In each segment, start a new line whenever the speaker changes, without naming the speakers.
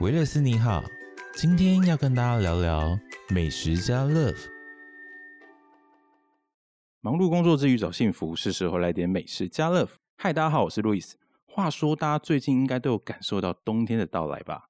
维勒斯你好，今天要跟大家聊聊美食家 Love。
忙碌工作之余找幸福，是时候来点美食加乐。嗨，大家好，我是路易斯。话说，大家最近应该都有感受到冬天的到来吧？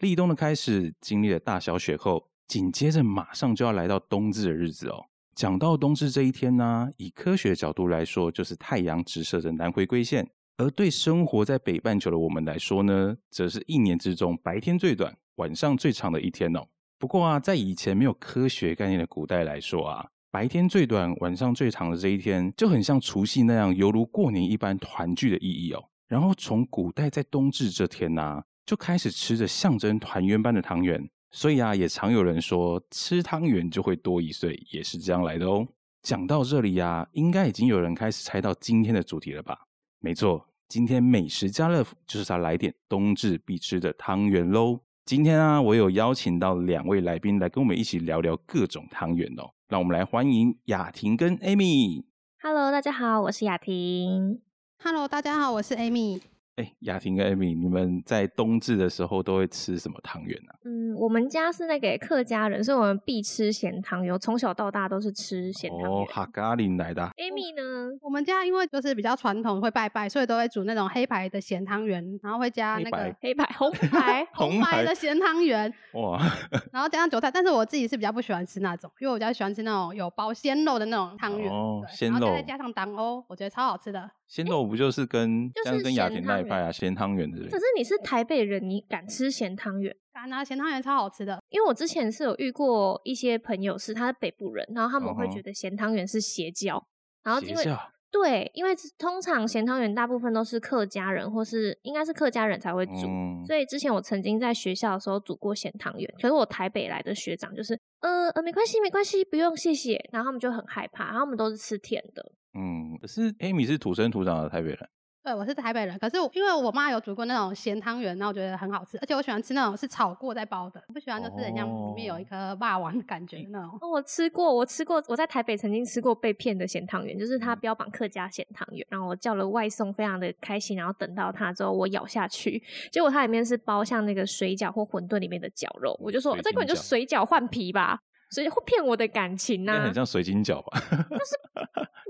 立冬的开始，经历了大小雪后，紧接着马上就要来到冬至的日子哦。讲到冬至这一天呢、以科学角度来说，就是太阳直射着南回归线；而对生活在北半球的我们来说呢，则是一年之中白天最短、晚上最长的一天哦。不过啊，在以前没有科学概念的古代来说啊，白天最短、晚上最长的这一天，就很像除夕那样，犹如过年一般团聚的意义哦。然后从古代在冬至这天呐、啊就开始吃着象征团圆般的汤圆，所以啊，也常有人说吃汤圆就会多一岁，也是这样来的哦。讲到这里呀、应该已经有人开始猜到今天的主题了吧？没错，今天美食家乐福就是要来点冬至必吃的汤圆喽。今天啊，我有邀请到两位来宾来跟我们一起聊聊各种汤圆哦。让我们来欢迎雅婷跟 Amy。
Hello，大家好，我是雅婷。
Hello，大家好，我是 Amy。
哎，雅婷跟 Amy，你们在冬至的时候都会吃什么汤圆啊？
嗯，我们家是那个客家人，所以我们必吃咸汤圆，我从小到大都是吃咸汤圆。
哦，哈咖喱来的啊、
Amy 呢？
我们家因为就是比较传统，会拜拜，所以都会煮那种黑白的咸汤圆，然后会加
黑
那
白
个
黑白红牌
红白
的咸汤圆，
哇，
然后加上韭菜。但是我自己是比较不喜欢吃那种，因为我比较喜欢吃那种有包鲜肉的那种汤圆，
哦
对
鲜
然后
肉
再加上糖欧，我觉得超好吃的。
鲜肉不就是跟
就是
刚刚跟雅
咸
婷
汤
那一派啊，咸汤圆 对不
可
对？
是你是台北人，你敢吃咸汤圆？
干啊，咸汤圆超好吃的，
因为我之前是有遇过一些朋友是他是北部人，然后他们会
嗯哼
觉得咸汤圆是邪教，然后
邪
因为
教
对，因为通常咸汤圆大部分都是客家人或是应该是客家人才会煮，
嗯
所以之前我曾经在学校的时候煮过咸汤圆，可是我台北来的学长就是，呃呃，没关系，没关系，不用，谢谢。然后他们就很害怕，然后他们都是吃甜的。
嗯，可是 Amy 是土生土长的台北人，
对我是台北人，可是我因为我妈有煮过那种咸汤圆，然后我觉得很好吃，而且我喜欢吃那种是炒过再包的，我不喜欢就是很像里面有一
哦
颗霸王的感觉的那种。
哦，我吃过，我吃过，我在台北曾经吃过被骗的咸汤圆，就是它
嗯
标榜客家咸汤圆，然后我叫了外送，非常的开心，然后等到它之后，我咬下去，结果它里面是包像那个水饺或馄饨里面的绞肉，我就说
水
这根本
晶
就
饺
水饺换皮吧。所以会骗我的感情啊
应
呐、
该很像水晶饺吧？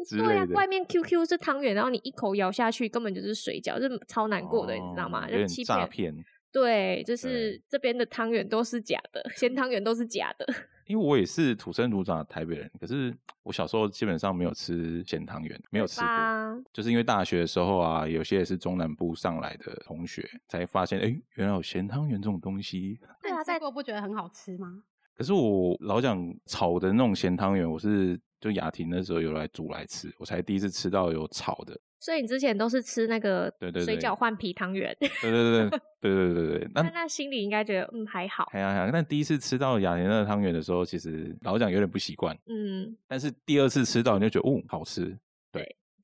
之
对
类
呀、
的
啊外面 QQ 是汤圆，然后你一口咬下去，根本就是水饺，是超难过的，你知道吗？
哦
就
有点
欺
诈骗。
对，就是这边的汤圆都是假的，咸汤圆都是假的。
因为我也是土生土长的台北人，可是我小时候基本上没有吃咸汤圆，没有吃过。
吧，
就是因为大学的时候啊，有些也是中南部上来的同学，才发现，哎、原来有咸汤圆这种东西。
对
那你
啊
吃
在
过不觉得很好吃吗？
可是我老讲炒的那种咸汤圆，我是就雅婷那时候有来煮来吃，我才第一次吃到有炒的。
所以你之前都是吃那个
对对对
水饺换皮汤圆，
对 对对对对对对对，那
那那心里应该觉得嗯还好，
哎呀哎呀，那第一次吃到雅婷那个汤圆的时候，其实老讲有点不习惯，
嗯，
但是第二次吃到你就觉得，哦，好吃。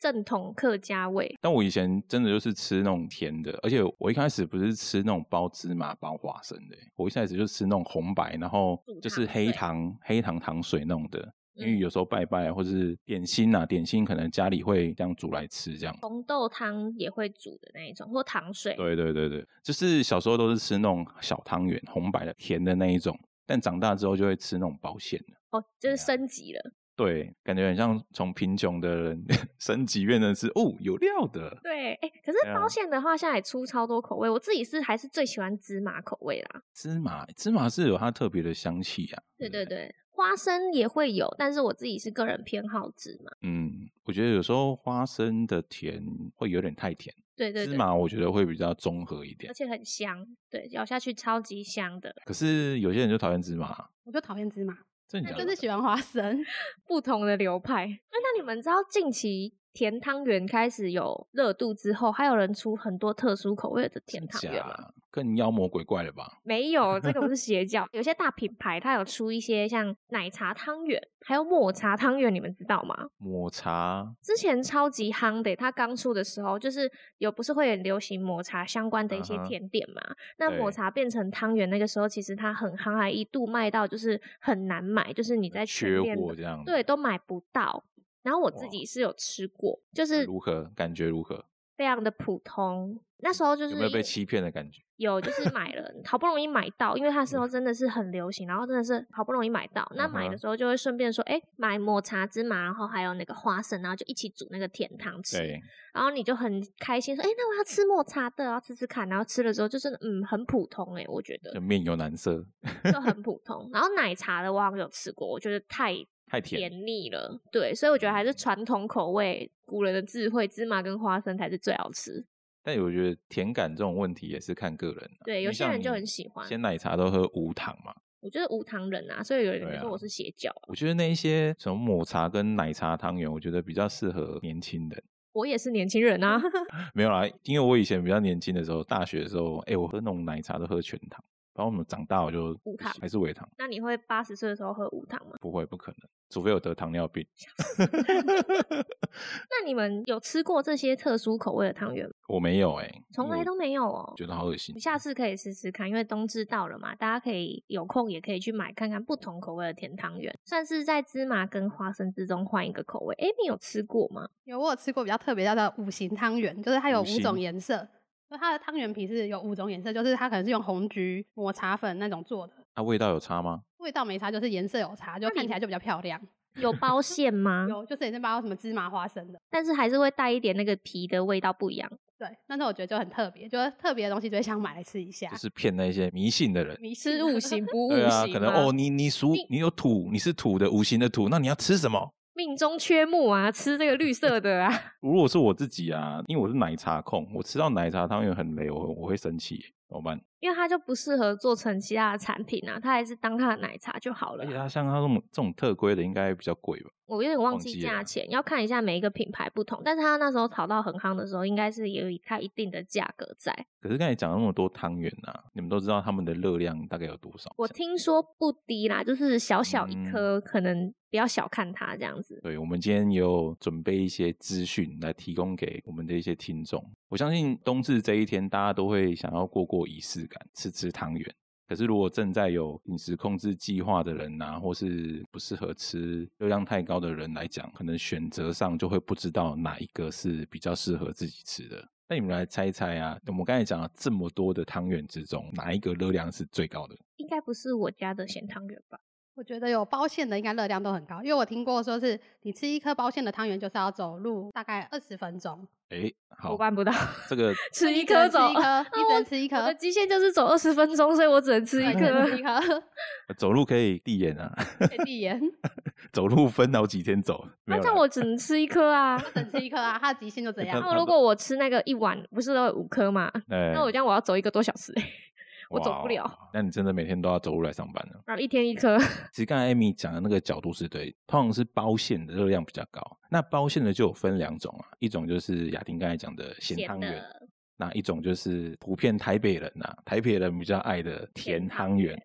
正统客家味。
但我以前真的就是吃那种甜的，而且我一开始不是吃那种包芝麻、包花生的，欸我一开始就吃那种红白，然后就是黑糖、黑糖糖水那种的。因为
嗯
有时候拜拜啊或是点心啊，点心可能家里会这样煮来吃，这样。
红豆汤也会煮的那一种，或糖水。
对对对对，就是小时候都是吃那种小汤圆，红白的、甜的那一种，但长大之后就会吃那种保鲜的。
哦，就
对
是
啊
升级了。
对，感觉很像从贫穷的人 升级变成是哦有料的，
对，哎、可是
对啊
包馅的话，现在也出超多口味。我自己是还是最喜欢芝麻口味啦。
芝麻芝麻是有它特别的香气啊。
对
不
对对，花生也会有，但是我自己是个人偏好芝麻。
嗯，我觉得有时候花生的甜会有点太甜，
对对
芝
对，
麻我觉得会比较综合一点
而。且很香，对，咬下去超级香的。
可是有些人就讨厌芝麻，
我就讨厌芝麻，
真的
但
假
就
的？
是喜欢花生。
不同的流派。那哎那你们知道近期甜汤圆开始有热度之后，还有人出很多特殊口味的甜
真
汤圆吗？
假更妖魔鬼怪了吧？
没有，这个 不是邪教。有些大品牌它有出一些像奶茶汤圆，还有抹茶汤圆，你们知道吗？
抹茶
之前超级夯的，它刚出的时候，就是有不是会很流行抹茶相关的一些
嗯哼
甜点嘛那抹
对
茶变成汤圆，那个时候其实它很夯，还一度卖到就是很难买，就是你在全
缺
店
货这样，
对，都买不到。然后我自
哇
己是有吃过，就
呃
是
如何？感觉如何？
非常的普通，那时候就是
有没有被欺骗的感觉？
有，就是买了，好不容易买到，因为它那时
嗯
候真的是很流行，然后真的是好不容易买到。那买的时候就会顺便说，哎、买抹茶芝麻，然后还有那个花生，然后就一起煮那个甜汤吃。
对，
然后你就很开心说，哎、那我要吃抹茶的，要吃吃看。然后吃了之后就是，嗯，很普通哎、我觉
就
得
面有难色，
就很普通。然后奶茶的我好像有吃过，我觉得太
太
甜
甜。
腻了，对，所以我觉得还是传统口味，古人的智慧，芝麻跟花生才是最好吃。
但我觉得甜感这种问题也是看个人啊、
对
因为
有些
像
人就
你
很喜欢
鲜奶茶都喝无糖嘛。
我觉得无糖人啊，所以有人
对
就
啊
说我是邪教啊、
我觉得那一些什么抹茶跟奶茶汤圆，我觉得比较适合年轻人。
我也是年轻人 啊，
没有啦，因为我以前比较年轻的时候，大学的时候，哎、我喝那种奶茶都喝全糖，然后我们长大我就
无糖
还是微糖，
那你会八十岁的时候喝无糖吗？
不会不可能，除非有得糖尿病。
那你们有吃过这些特殊口味的汤圆吗？
我没有哎、
从来都没有哦
我。觉得好恶心
你。下次可以试试看，因为冬至到了嘛，大家可以有空也可以去买看看不同口味的甜汤圆，算是在芝麻跟花生之中换一个口味。哎，你有吃过吗？
有我有吃过比较特别叫做五行汤圆，就是它有
五
五
行
种颜色，就它的汤圆皮是有五种颜色，就是它可能是用红橘、抹茶粉那种做的，
它、味道有差吗？
味道没差，就是颜色有差，就
那
看
你啊
起来就比较漂亮。
有包馅吗？
有就是也是包括什么芝麻花生的，
但是还是会带一点那个皮的味道不一样。
对，但是我觉得就很特别，就是特别的东西就会想买来吃一下
啊
就。是骗那些迷信的人。
迷失
吃五行不悟
对
行
啊，可能
吗
哦，你你属
你
你有土，你是土的，无形的土，那你要吃什么？
命中缺木啊，吃这个绿色的啊。
如果是我自己啊，因为我是奶茶控，我吃到奶茶汤圆很雷，我我会生气耶，怎么办？
因为它就不适合做成其他的产品啊，它还是当它的奶茶就好了
而且
啊。
它像它这种这种特规的，应该比较贵吧？
我有点忘
忘
记
记
价
了
钱，要看一下每一个品牌不同。但是它那时候炒到很夯的时候，应该是有它一定的价格在。
可是刚才讲了那么多汤圆啊，你们都知道它们的热量大概有多少？
我听说不低啦，就是小小一
嗯
颗，可能不要小看它这样子。
对，我们今天也有准备一些资讯来提供给我们的一些听众。我相信冬至这一天，大家都会想要过过仪式感，吃吃汤圆。可是如果正在有饮食控制计划的人呐、或是不适合吃热量太高的人来讲，可能选择上就会不知道哪一个是比较适合自己吃的。那你们来猜一猜啊，我们刚才讲了这么多的汤圆之中，哪一个热量是最高的？
应该不是我家的咸汤圆吧？
我觉得有包馅的应该热量都很高，因为我听过说是你吃一颗包馅的汤圆就是要走路大概二十分钟，
哎，
我
好，
办不到，
这个
吃
你
一
只能
颗走，
吃一颗，你只能吃一
我的
颗，
极限就是走二十分钟，所以我只能吃一
对
颗。
只能吃一颗，
走路可以递延啊，
可以递延，
走路分好几天走。没
那
有
这
啦
样我只能吃一 颗啊。
只能吃一颗啊，它的极限就这
哎
样
它。
那如果我吃那个一碗，不是都有五颗嘛？
哎，
那我这样我要走一个多小时、欸， 我走
哇
不
哦
了，。
那你真的每天都要走路来上班呢？
然后一天一颗，
其实刚才艾米讲的那个角度是对，通常是包馅的热量比较高。那包馅的就有分两种啊，一种就是雅婷刚才讲的咸
咸
汤圆，
的
那一种就是普遍台北人呐、台北人比较爱的甜汤圆。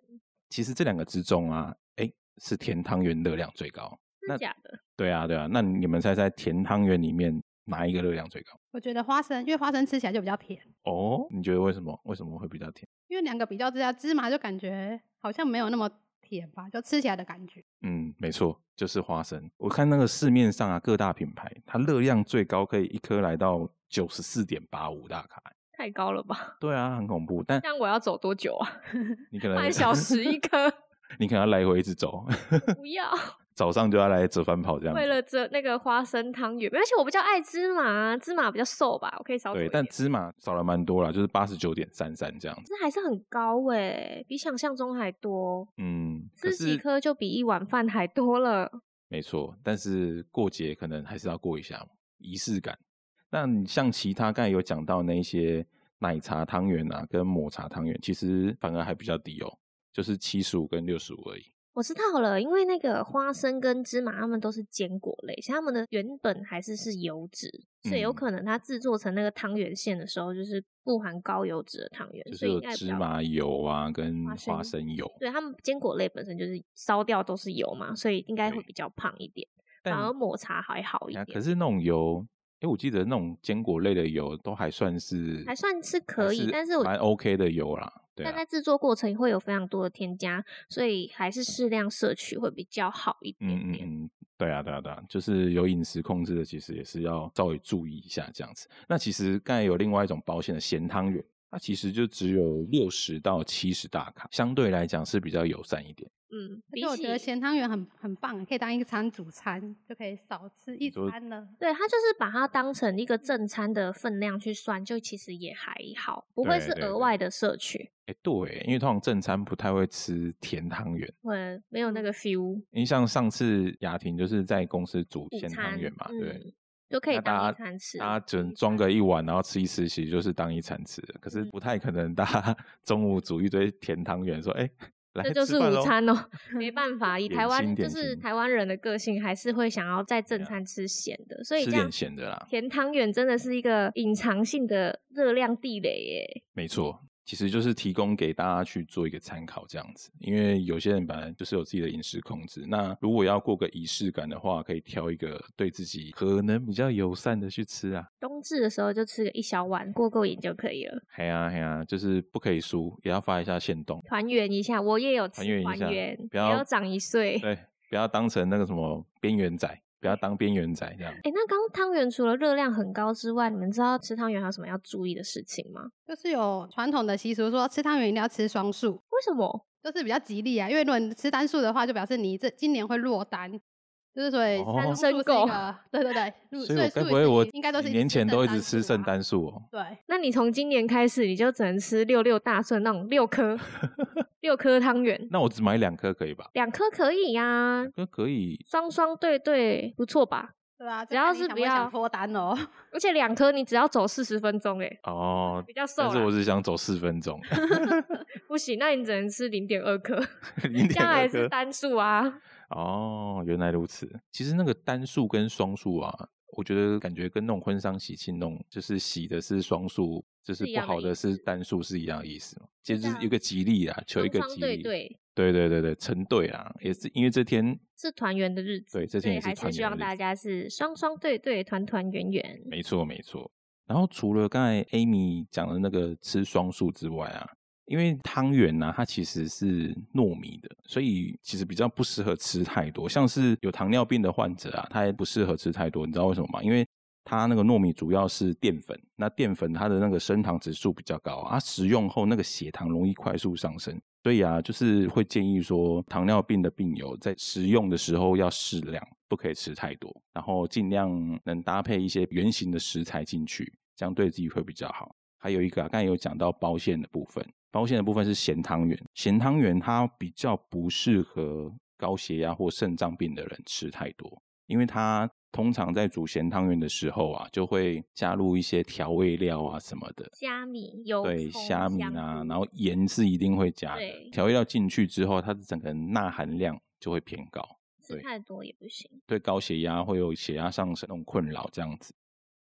其实这两个之中啊，哎，是甜汤圆热量最高。
真
那
的假的？
对啊，对啊。那你们猜猜甜汤圆里面哪一个热量最高？
我觉得花生，因为花生吃起来就比较甜，
哦，你觉得为什么？为什么会比较甜？
因为两个比较之下，芝麻就感觉好像没有那么甜吧，就吃起来的感觉。
嗯，没错，就是花生。我看那个市面上啊，各大品牌，它热量最高可以一颗来到九十四点八五大卡。
太高 了吧？
对啊，很恐怖。但
这样我要走多久啊？
你可能
半小，时一颗，
你可能要来回一直走，
不要。
早上就要来折返跑这样子。
为了这那个花生汤圆，而且我比较爱芝麻，芝麻比较瘦吧，我可以少走一
对，
点。
但芝麻少了蛮多啦，就是八十九点三三这样子。
这还是很高哎、比想象中还多。
嗯，可
吃几
是
颗就比一碗饭还多了。
没错，但是过节可能还是要过一下嘛，仪式感。那你像其他刚才有讲到那一些奶茶汤圆啊，跟抹茶汤圆，其实反而还比较低哦，就是七十五跟六十五而已。
我知道了，因为那个花生跟芝麻，它们都是坚果类，像它们的原本还是是油脂，所以有
嗯
可能它制作成那个汤圆馅的时候，就是不含高油脂的汤圆，
就是
所以
有
应该比
芝
较
麻油啊，跟
花生
花生油。
对，它们坚果类本身就是烧掉都是油嘛，所以应该会
对
比较胖一点，
但
反而抹茶还好一
啊
点，
可是那种油，哎，我记得那种坚果类的油都还算是
还算是可
还
以。但是我
蛮 OK 的油啦。对
但
啊
在，制作过程会有非常多的添加，所以还是适量摄取会比较好一
嗯
点
嗯
点。
嗯，对啊，对啊，对啊，就是有饮食控制的，其实也是要稍微注意一下这样子。那其实刚才有另外一种保险的咸汤圆，它其实就只有六十到七十大卡，相对来讲是比较友善一点。
嗯，
而
比
且我
起
觉得咸汤圆很很棒，可以当一餐主餐，就可以少吃一
说
餐了。
对它就是把它当成一个正餐的分量去算，就其实也还好，不
对
会是
对
额
对
外的摄取，
哎，对，因为通常正餐不太会吃甜汤圆，
会嗯没
嗯
有那个 feel。
因为像上次雅婷就是在公司煮
午
咸汤
餐
圆嘛，对，
嗯就可以
那
当
大
一
家
餐吃。
大家只能装个一碗，然后吃一吃，其实就是当一餐吃的。可
嗯
是不太可能，大家 中午煮一堆甜汤圆，说：“哎、 来
这就
吃
是
饭
午
咯
餐哦， 没办法，以
点
台湾
心
就
点
是
心
台湾人的个性，还是会想要在正
对啊
餐吃咸的，所以
吃
这样
点咸的啦。
甜汤圆真的是一个隐藏性的热量地雷耶。
没错，其实就是提供给大家去做一个参考，这样子。因为有些人本来就是有自己的饮食控制，那如果要过个仪式感的话，可以挑一个对自己可能比较友善的去吃啊。
冬至的时候就吃个一小碗，过过瘾就可以了，
嘿呀嘿呀，就是不可以输，也要发一下现动，
团圆一下。我也有吃
还原一下，
圆，
不
不
要
要长一岁。
对，不要当成那个什么边缘仔，不要当边缘仔这样。
哎，那刚刚汤圆除了热量很高之外，你们知道吃汤圆还有什么要注意的事情吗？
就是有传统的习俗说，吃汤圆一定要吃双数，
为什么？
就是比较吉利啊。因为如果你吃单数的话，就表示你这今年会落单，就是所以
哦
双数
单身
是一
狗
个 对对对，入
所以我
数
该不
也
会
是
我
应该都是
几年前都一直吃圣
圣诞
诞树哦？
数吧。对，
那你从今年开始，你就只能吃六六大顺那种六 颗六颗汤圆，
那我只买两颗可以吧？
两颗可以呀、
两颗可以，
双双对对，不错吧？
对啊，
只要是不要
脱单哦，
而且两颗你只要走四十分钟，哎，
哦，
比较瘦
但
啦。
是我只想走四分钟，
不行，那你只能吃零点二颗，
零
这
点
样还
二
是
颗。
单数啊。
哦，原来如此。其实那个单数跟双数啊，我觉得感觉跟那种婚丧喜庆那种，就是喜的是双数，就是
是一
不
样的
好
意
的是
思
单数，是一样的意思嘛？其实
对
就
啊
是一个吉利啊，求一个
双
吉
双
利。
对
对
对
对对对成对啊，也是因为这天
是团圆的日子，
对这
所
天
以
也是
还
团圆的
是希望
日
大
子
家是双双对对，团团圆圆。
没错，没错。然后除了刚才 Amy 讲的那个吃双数之外啊，因为汤圆呢、它其实是糯米的，所以其实比较不适合吃太多。像是有糖尿病的患者啊，他也不适合吃太多，你知道为什么吗？因为它那个糯米主要是淀粉，那淀粉它的那个升糖指数比较高啊，它食用后那个血糖容易快速上升，所以啊，就是会建议说，糖尿病的病友在食用的时候要适量，不可以吃太多，然后尽量能搭配一些圆形的食材进去，这样对自己会比较好。还有一个、啊，刚才有讲到包馅的部分，包馅的部分是咸汤圆，咸汤圆它比较不适合高血压或肾脏病的人吃太多，因为它通常在煮咸汤圆的时候啊，就会加入一些调味料啊什么的，
虾米油
对，
葱
虾米
香
啊，
菇
然后盐是一定会加的
对，
调味料进去之后，它的整个钠含量就会偏高，
吃
对
太多也不行。
对高血压会有血压上升那种困扰这样子。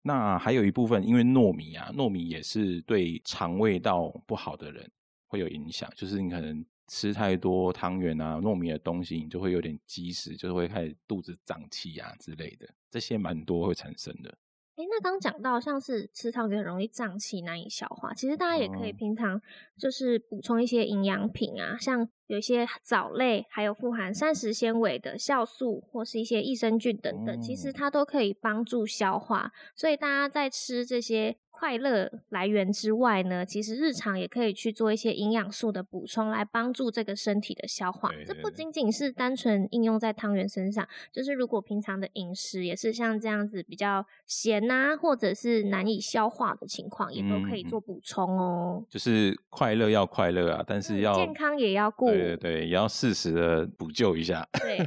那还有一部分，因为糯米啊，糯米也是对肠胃道不好的人会有影响，就是你可能吃太多汤圆啊、糯米的东西，你就会有点积食，就会开始肚子胀气啊之类的，这些蛮多会产生的。
哎，那刚讲到像是吃汤圆很容易胀气、难以消化，其实大家也可以
哦
平常就是补充一些营养品啊，像有一些藻类，还有富含膳食纤维的酵素或是一些益生菌等等，其实
哦
它都可以帮助消化。所以大家在吃这些快乐来源之外呢，其实日常也可以去做一些营养素的补充，来帮助这个身体的消化
对。
这
对
不
对
仅仅是单纯应用在汤圆身上。就是如果平常的饮食也是像这样子比较咸啊，或者是难以消化的情况，也都可以
嗯嗯
做补充哦。
就是快乐要快乐啊，但
嗯
是要、
健康也要顾
对对对，也要适时的补救一下。
对，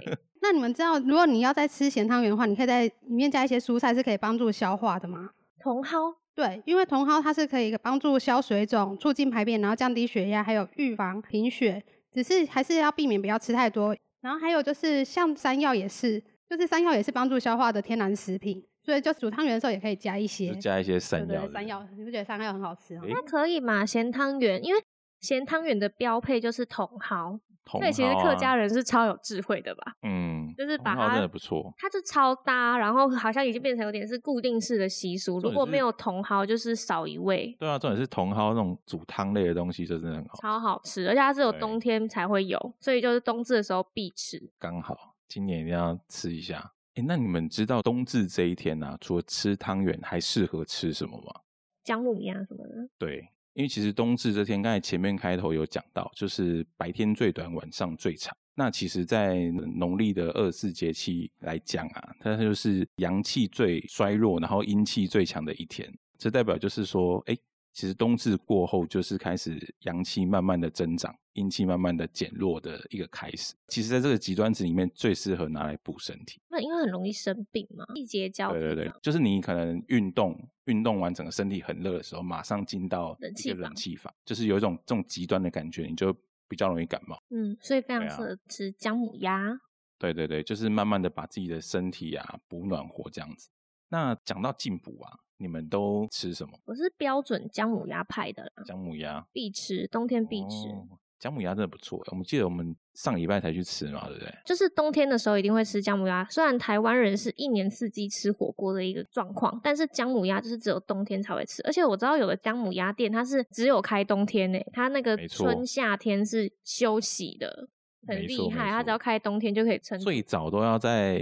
那你们知道，如果你要再吃咸汤圆的话，你可以在里面加一些蔬菜，是可以帮助消化的吗？
茼蒿
对，因为茼蒿它是可以帮助消水肿、促进排便，然后降低血压，还有预防贫血。只是还是要避免不要吃太多。然后还有就是像山药也是，就是山药也是帮助消化的天然食品，所以就煮汤圆的时候也可以加一些
就。加一些
对
山
对
药
对，
的
山药，你不觉得山药很好吃吗？哦
诶
那可以嘛？咸汤圆，因为咸汤圆的标配就是茼蒿，
茼
所以其实
蒿
客
啊
家人是超有智慧的吧？
嗯，
就是
茼
把
蒿
它
真的不错。
它是超搭，然后好像已经变成有点是固定式的习俗。
重
如
点
果没
是
有茼蒿，就是少一味，
对啊，重点是茼蒿那种煮汤类的东西，就真的很好吃，
超好吃，而且它只有
哦对
冬天才会有，所以就是冬至的时候必吃。
刚好今年一定要吃一下。诶那你们知道冬至这一天呢、啊，除了吃汤圆，还适合吃什么吗？
姜母鸭什么的，
对，因为其实冬至这天，刚才前面开头有讲到，就是白天最短，晚上最长。那其实，在农历的二十四节气来讲啊，它就是阳气最衰弱，然后阴气最强的一天。这代表就是说，哎，其实冬至过后，就是开始阳气慢慢的增长，阴气慢慢的减弱的一个开始。其实，在这个极端值里面，最适合拿来补身体。
那因为很容易生病嘛，季节交替
对对对
嘛，
就是你可能运动，运动完整个身体很热的时候，马上进到
冷
一
气
个冷
房
气房，就是有一种这种极端的感觉，你就比较容易感冒。
嗯，所以非常
对啊
适合吃姜母鸭。
对对对，就是慢慢的把自己的身体啊补暖和这样子。那讲到进补啊，你们都吃什么？
我是标准姜母鸭派的啦，
姜母鸭
必吃，冬天必吃。
哦姜母鸭真的不错，我们记得我们上礼拜才去吃嘛，对不对？
就是冬天的时候一定会吃姜母鸭，虽然台湾人是一年四季吃火锅的一个状况，但是姜母鸭就是只有冬天才会吃。而且我知道有的姜母鸭店它是只有开冬天呢、欸它那个
没错
春夏天是休息的，很
没错
厉
没
害。它只
错
要开冬天就可以撑。
最早都要在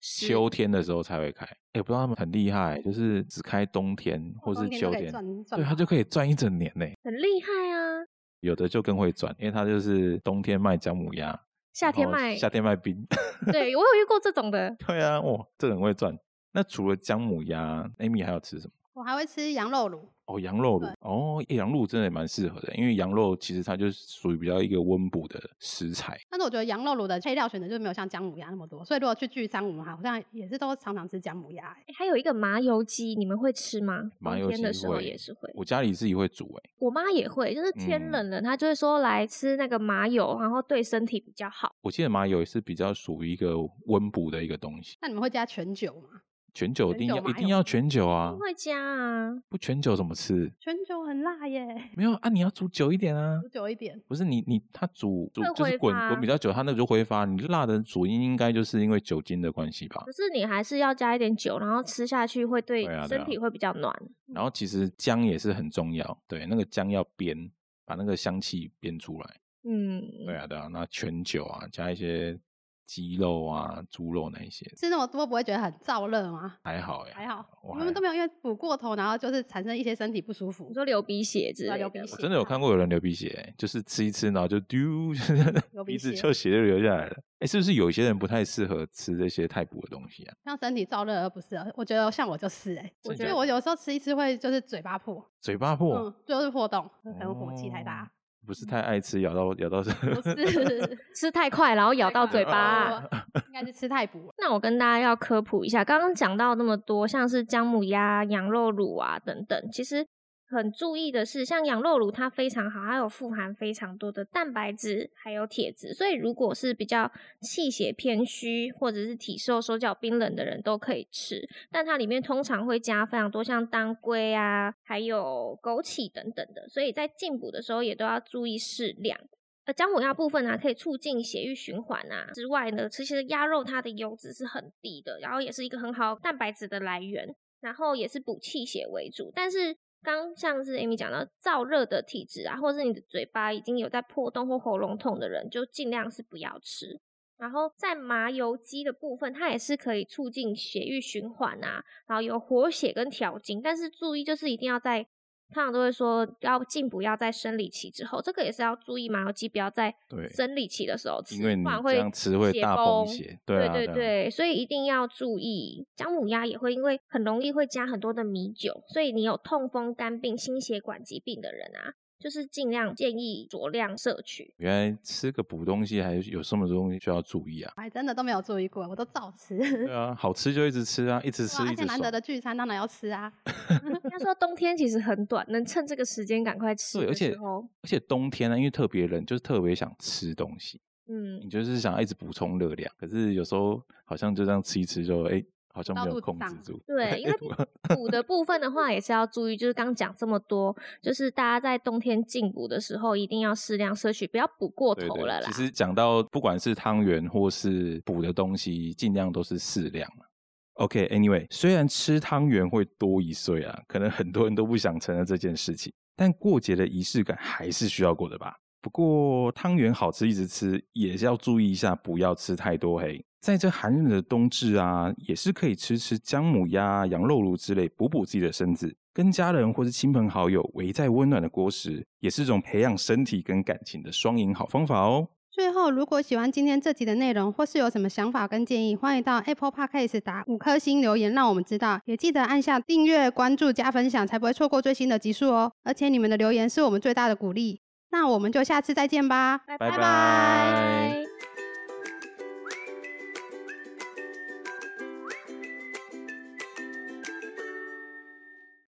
是
秋天的时候才会开，也不知道他们很厉害，就是只开冬天或是
冬天就
秋
可以
天，
赚赚
对，它
饱
就可以赚一整年呢。
很厉害啊！
有的就更会赚，因为它就是冬天卖姜母鸭，
夏天
然后
卖，
夏天卖冰。
对我有遇过这种的，
对啊，哇，这个很会赚。那除了姜母鸭，Amy 还有吃什么？
我还会吃羊肉卤，
哦，羊肉
对
卤哦，诶羊肉卤真的也蛮适合的，因为羊肉其实它就是属于比较一个温补的食材。
但是我觉得羊肉卤的配料选择就没有像姜母鸭那么多，所以如果去聚餐，我们好像也是都常常吃姜母鸭、欸。
诶还有一个麻油鸡，你们会吃吗？
麻
冬
油
天的
鸡
时候
会
也是会。
我家里自己会煮欸诶、
我妈也会，就是天
嗯
冷了，她就会说来吃那个麻油，然后对身体比较好。
我记得麻油也是比较属于一个温补的一个东西。
那你们会加全酒吗？
全酒一
全
定
酒
要
麻
一定
油
要全酒啊
不，会加啊，
不全酒怎么吃？
全酒很辣耶，
没有啊，你要煮久一点啊。
煮久一点。
不是你你它煮煮
会
就是
挥
滚
发
滚比较久，它那个就挥发。你辣的主因应该就是因为酒精的关系吧。
可是你还是要加一点酒，然后吃下去会对
对啊对
身
啊
体会比较暖。
嗯
然后其实姜也是很重要，对，那个姜要煸，把那个香气煸出来。
嗯，
对啊，对啊，那全酒啊，加一些鸡肉啊、猪肉那一些，
吃那么多不会觉得很燥热吗？
还好呀，欸
还好，
我
我
还
们都没有因为补过头，然后就是产生一些身体不舒服
你。说流鼻血之
对啊
类
流
的
鼻
吗
血
我真的有看过有人流鼻血、欸就是吃一吃，然后就丢，
嗯流鼻
鼻子
血
就血就流下来了。哎，是不是有些人不太适合吃这些太补的东西啊？
像身体燥热而不是，我觉得像我就是哎、
真
我
的假
觉得
的
我有时候吃一次会就是嘴巴破，
嘴巴破，
嗯，就是破洞，可能火气太
哦
大。嗯
不是太爱吃，咬到咬到
不 是
吃太快，然后咬到嘴巴、啊
太快了，哦应该是吃太补了。
那我跟大家要科普一下，刚刚讲到那么多，像是姜母鸭、羊肉卤啊等等，其实很注意的是，像羊肉卤它非常好，它有富含非常多的蛋白质还有铁质，所以如果是比较气血偏虚或者是体瘦手脚冰冷的人都可以吃，但它里面通常会加非常多像当归啊，还有枸杞等等的，所以在进补的时候也都要注意适量。呃，姜母鸭部分呢、可以促进血液循环啊。之外呢，其实鸭肉它的油脂是很低的，然后也是一个很好蛋白质的来源，然后也是补气血为主。但是刚像是 Amy 讲到燥热的体质啊，或是你的嘴巴已经有在破洞或喉咙痛的人，就尽量是不要吃。然后在麻油鸡的部分，它也是可以促进血液循环啊，然后有活血跟调经，但是注意就是一定要在通常都会说要进补要在生理期之后，这个也是要注意麻油鸡不要在
对
生理期的时候吃，
因为你
不然
这样吃会
血
大
崩
崩血对啊对
对
啊
对，所以一定要注意。姜母鸭也会因为很容易会加很多的米酒，所以你有痛风、肝病、心血管疾病的人啊，就是尽量建议酌量摄取。
原来吃个补东西还有什么东西需要注意啊？
我还真的都没有注意过，我都照吃。
对啊，好吃就一直吃啊，一直吃
哇
一
而
直
且难
爽
得。的聚餐当然要吃啊，
他说冬天其实很短，能趁这个时间赶快吃
对，而
的
且
时候，
而且冬天呢，因为特别冷，就是特别想吃东西，你
嗯，
就是想要一直补充热量，可是有时候好像就这样吃一吃就哎、好像
到
没有
肚子
控制
上
住。
对，因为补的部分的话也是要注意，就是刚讲这么多，就是大家在冬天进补的时候一定要适量摄取，不要补过
对
头
对
了啦。
其实讲到不管是汤圆或是补的东西，尽量都是适量嘛 OK，Anyway，、虽然吃汤圆会多一岁啊，可能很多人都不想承认这件事情，但过节的仪式感还是需要过的吧。不过汤圆好吃一直吃，也是要注意一下，不要吃太多嘿。在这寒冷的冬至啊，也是可以吃吃姜母鸭、羊肉炉之类，补补自己的身子。跟家人或是亲朋好友围在温暖的锅时，也是一种培养身体跟感情的双赢好方法哦。
最后，如果喜欢今天这集的内容，或是有什么想法跟建议，欢迎到 Apple Podcast 打五颗星留言，让我们知道。也记得按下订阅、关注、加分享，才不会错过最新的集数哦。而且你们的留言是我们最大的鼓励。那我们就下次再见吧。
拜
拜
拜
拜